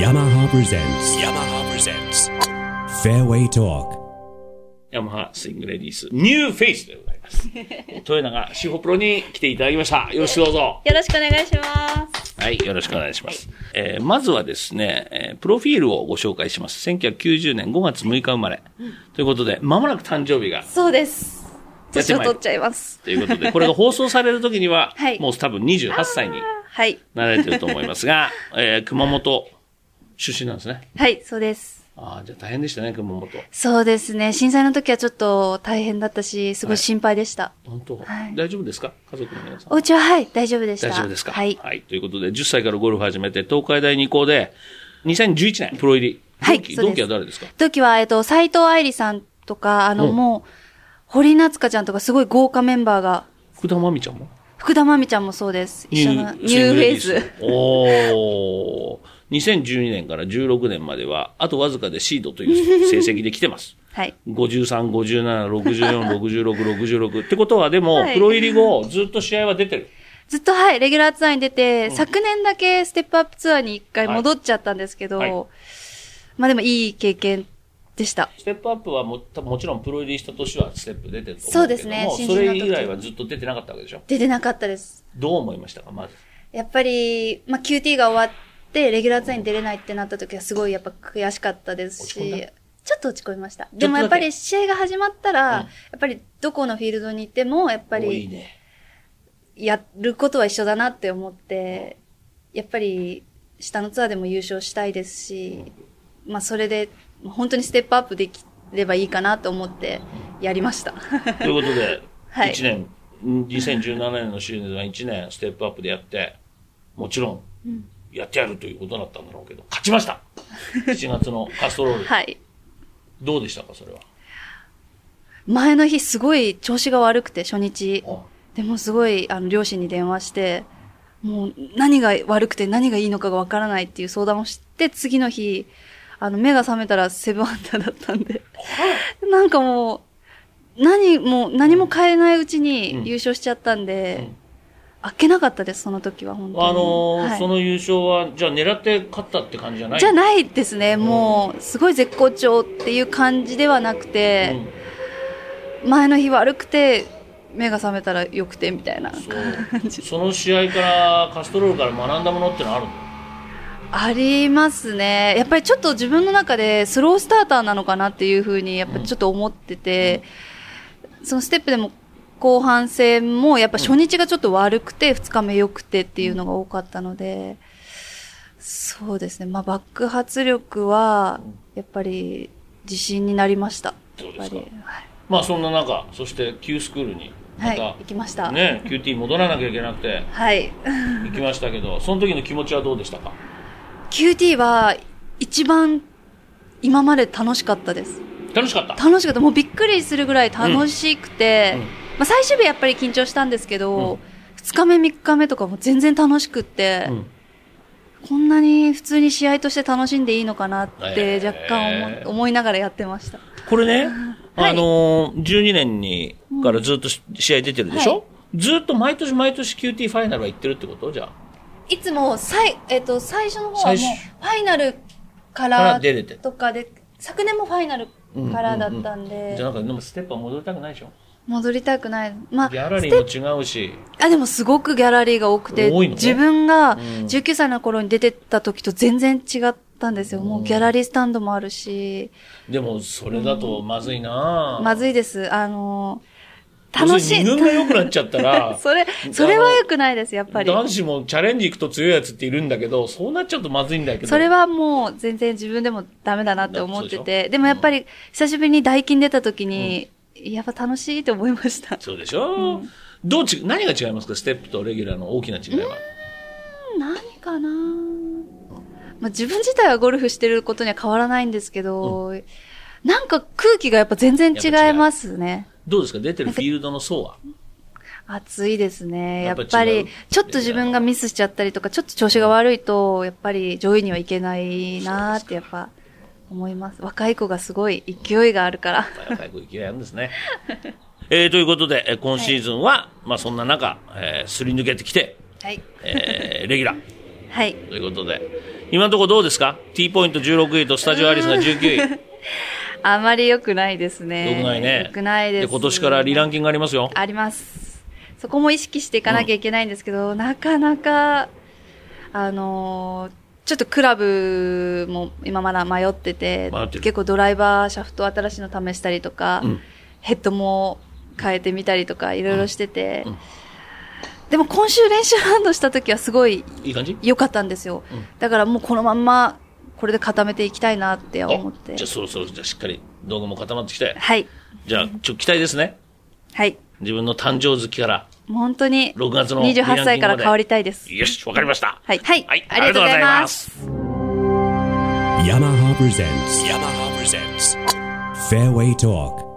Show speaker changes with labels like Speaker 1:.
Speaker 1: yamaha presents yamaha presents fairway talk
Speaker 2: ヤマハスイングレディース、ニューフェイスでござい ます。豊永志保プロに来ていただきました。よろしくどうぞ。
Speaker 3: よろしくお願いします。
Speaker 2: はい、よろしくお願いします。えーまずはですね、えープロフィールをご紹介します。1990年5月6日生まれ。ということで、まもなく誕生日が。
Speaker 3: そうです。
Speaker 2: やって
Speaker 3: 年を
Speaker 2: まいる
Speaker 3: 取っちゃいます。
Speaker 2: ということで、これが放送される時には、
Speaker 3: はい
Speaker 2: もう多分28歳に
Speaker 3: はい。
Speaker 2: なられてると思いますが、えー熊本出身なんですね。
Speaker 3: はい、そうです。
Speaker 2: ああ、じゃあ大変でしたね、熊本。
Speaker 3: そうですね。震災の時はちょっと大変だったし、すごい心配でした。
Speaker 2: 本当、
Speaker 3: はい
Speaker 2: 大丈夫ですか家族の皆さん。
Speaker 3: お家ははい、大丈夫でした。
Speaker 2: 大丈夫ですか
Speaker 3: はい。
Speaker 2: ということで、10歳からゴルフ始めて、東海大二高で、2011年、プロ入り。
Speaker 3: はい
Speaker 2: 同期
Speaker 3: そうです
Speaker 2: 同期は誰ですか
Speaker 3: 時は、えっと、斎藤愛理さんとか、あの、
Speaker 2: うん
Speaker 3: もう、堀夏香ちゃんとかすごい豪華メンバーが、
Speaker 2: 福田真美ちゃんも
Speaker 3: 福田真美ちゃんもそうです。一緒のニューフェイス。。
Speaker 2: おー。2012年から16年までは、あとわずかでシードと いう成績で来てます。
Speaker 3: はい。
Speaker 2: 53、57、64、66、66。ってことは、でも、
Speaker 3: はい
Speaker 2: プロ入り後、ずっと試合は出てる。
Speaker 3: ずっとはい、レギュラーツアーに出て、昨年だけステップアップツアーに一回
Speaker 2: はい
Speaker 3: 戻っちゃったんですけど、
Speaker 2: はい
Speaker 3: まあでもいい経験でした。
Speaker 2: ステップアップはも、多分もちろんプロ入りした年はステップ出てると思うけども。
Speaker 3: そうですね新人
Speaker 2: そ
Speaker 3: の時
Speaker 2: れ以来はずっと出てなかったわけでしょ
Speaker 3: 出てなかったです。
Speaker 2: どう思いましたか、まず。
Speaker 3: やっぱり、まあ QT が終わって、レギュラーツアーに出れないってなった時はすごいやっぱ悔しかったです
Speaker 2: 落ち込ん
Speaker 3: し、ちょっと落ち込みました。でもやっぱり試合が始まったら、
Speaker 2: うん
Speaker 3: やっぱりどこのフィールドに行っても、やっぱ
Speaker 2: おいい
Speaker 3: り
Speaker 2: ね。
Speaker 3: やることは一緒だなって思って、やっぱり下のツアーでも優勝したいですし、まあそれで本当にステップアップできればいいかなと思ってやりました。
Speaker 2: ということで、
Speaker 3: はい
Speaker 2: 1年、うん2017年のシーズンは1年ステップアップでやって、もちろん、やってやるということだったんだろうけど、勝ちました !7 月のカストロール。
Speaker 3: はい。
Speaker 2: どうでしたか、それは。
Speaker 3: 前の日すごい調子が悪くて、初日。
Speaker 2: あ
Speaker 3: でもすごい、あの、両親に電話して、もう何が悪くて何がいいのかがわからないっていう相談をして、次の日、あの、目が覚めたらセブンアンダーだったんで、 なんかもう、何、もう何も変えないうち
Speaker 2: うん
Speaker 3: に優勝しちゃったんで、
Speaker 2: うん
Speaker 3: あっけなかったです、その時は、本当に。
Speaker 2: あのー
Speaker 3: はい
Speaker 2: その優勝は、じゃあ狙って勝ったって感じじゃない
Speaker 3: じゃないですね、もう、すごい絶好調っていう感じではなくて、
Speaker 2: うん
Speaker 3: 前の日悪くて、目が覚めたら良くてみたいな感
Speaker 2: そ
Speaker 3: じ
Speaker 2: う。その試合から、カストロールから学んだものってのはあるの
Speaker 3: ありますね。やっぱりちょっと自分の中でスロースターターなのかなっていうふうに、やっぱちょっと思ってて、そのステップでも後半戦もやっぱ初日がちょっと悪くて、2日目良くてっていうのが多かったので、そうですね。まあ爆発力は、やっぱり自信になりました。
Speaker 2: そうで
Speaker 3: やっ
Speaker 2: す
Speaker 3: ぱ
Speaker 2: か
Speaker 3: り。はい
Speaker 2: まあそんな中、そして Q スクールに、ま
Speaker 3: はい、
Speaker 2: た、
Speaker 3: 行きました。
Speaker 2: ね、QT 戻らなきゃいけなくて、
Speaker 3: はい。
Speaker 2: 行きましたけど、その時の気持ちはどうでしたか
Speaker 3: QT は一番今まで楽しかったです。
Speaker 2: 楽しかった
Speaker 3: 楽しかった。もうびっくりするぐらい楽しくて、
Speaker 2: うんうん
Speaker 3: まあ最終日やっぱり緊張したんですけ
Speaker 2: うん
Speaker 3: ど、二日目三日目とかも全然楽しくって、
Speaker 2: うん
Speaker 3: こんなに普通に試合として楽しんでいいのかなっ
Speaker 2: え
Speaker 3: て
Speaker 2: ー
Speaker 3: 若干思,、思いながらやってました。
Speaker 2: これね、
Speaker 3: はい
Speaker 2: あのー、12年に、からずっとし試合出てるでしょ、
Speaker 3: はい
Speaker 2: ずっと毎年毎年 QT ファイナルは行ってるってことじゃあ。
Speaker 3: いつも最、えっ、と、最初の方はも
Speaker 2: 最
Speaker 3: う
Speaker 2: 初
Speaker 3: ファイナルか
Speaker 2: から
Speaker 3: ら
Speaker 2: 出れて
Speaker 3: とかで、昨年もファイナルからだったんで、
Speaker 2: じゃあなんか、でもステップは戻りたくないでしょ
Speaker 3: 戻りたくない。まあ、
Speaker 2: ギャラリーも違うし、
Speaker 3: あ、でもすごくギャラリーが多くて、
Speaker 2: 多いの
Speaker 3: 自分が
Speaker 2: ん
Speaker 3: 19歳の頃に出てった時と全然違ったんですよ。もうギャラリースタンドもあるし、
Speaker 2: でもそれだとまずいな
Speaker 3: まずいです。あの、
Speaker 2: 要
Speaker 3: 楽
Speaker 2: する
Speaker 3: し
Speaker 2: に
Speaker 3: い。、
Speaker 2: 二軍が良くなっちゃったら
Speaker 3: それ、それは良くないです、やっぱり。
Speaker 2: 男子もチャレンジ行くと強いやつっているんだけど、そうなっちゃうとまずいんだけど。
Speaker 3: それはもう全然自分でもダメだなって思って
Speaker 2: そうで
Speaker 3: て、でもやっぱり久しぶりに大金出た時に、やっぱ楽しいって思いました。
Speaker 2: そうでしょ、どうち、何が違いますかステップとレギュラーの大きな違いは。
Speaker 3: 何かなまあ、自分自体はゴルフしてることには変わらないんですけど、なんか空気がやっぱ全然違いますね。
Speaker 2: どうですか出てるフィールドの層は。
Speaker 3: 暑いですね。
Speaker 2: やっ
Speaker 3: やっ
Speaker 2: ぱ違う
Speaker 3: ぱり、ちょっと自分がミスしちゃったりとか、ちょっと調子が悪いと、やっぱり上位にはいけないなーってやっぱ思います。若い子がすごい勢いがあるから。
Speaker 2: 若い子勢いあるんです ね。えーということで、えー今シーズンは、まあそんな中、えーすり抜けてきて、
Speaker 3: はい。
Speaker 2: えーレギュラー、
Speaker 3: はい。
Speaker 2: ということで、今のところどうですか ?T ポイント16位とスタジオアリスが19位。
Speaker 3: あまり良くないですね。
Speaker 2: 良くないね。
Speaker 3: 良くないです。
Speaker 2: 今年からリランキングありますよ。
Speaker 3: あります。そこも意識していかなきゃいけないんですけど、なかなか、あのーちょっとクラブも今まだ迷ってて
Speaker 2: 迷ってる
Speaker 3: 結構ドライバー、シャフト新しいの試したりとか、
Speaker 2: うん
Speaker 3: ヘッドも変えてみたりとか、いろいろしてて、
Speaker 2: うんうん
Speaker 3: でも今週練習ラウンドした時はすごい
Speaker 2: いい感じ
Speaker 3: 良かったんですよ。
Speaker 2: うん
Speaker 3: だからもうこのまんま、これで固めていきたいなって思って
Speaker 2: あじゃあ。そろそろ、じゃあしっかり動画も固まってきて。
Speaker 3: はい。
Speaker 2: じゃあ、ちょ、期待ですね。
Speaker 3: はい。
Speaker 2: 自分の誕生月から。
Speaker 3: 本当に、
Speaker 2: 6月の
Speaker 3: 28歳から
Speaker 2: リランキングまで
Speaker 3: 変わりたいです。
Speaker 2: よし、わかりました。
Speaker 3: はいはい
Speaker 2: はい、
Speaker 3: ありがとうございます。
Speaker 1: yamaha presents yamaha presents fairway talk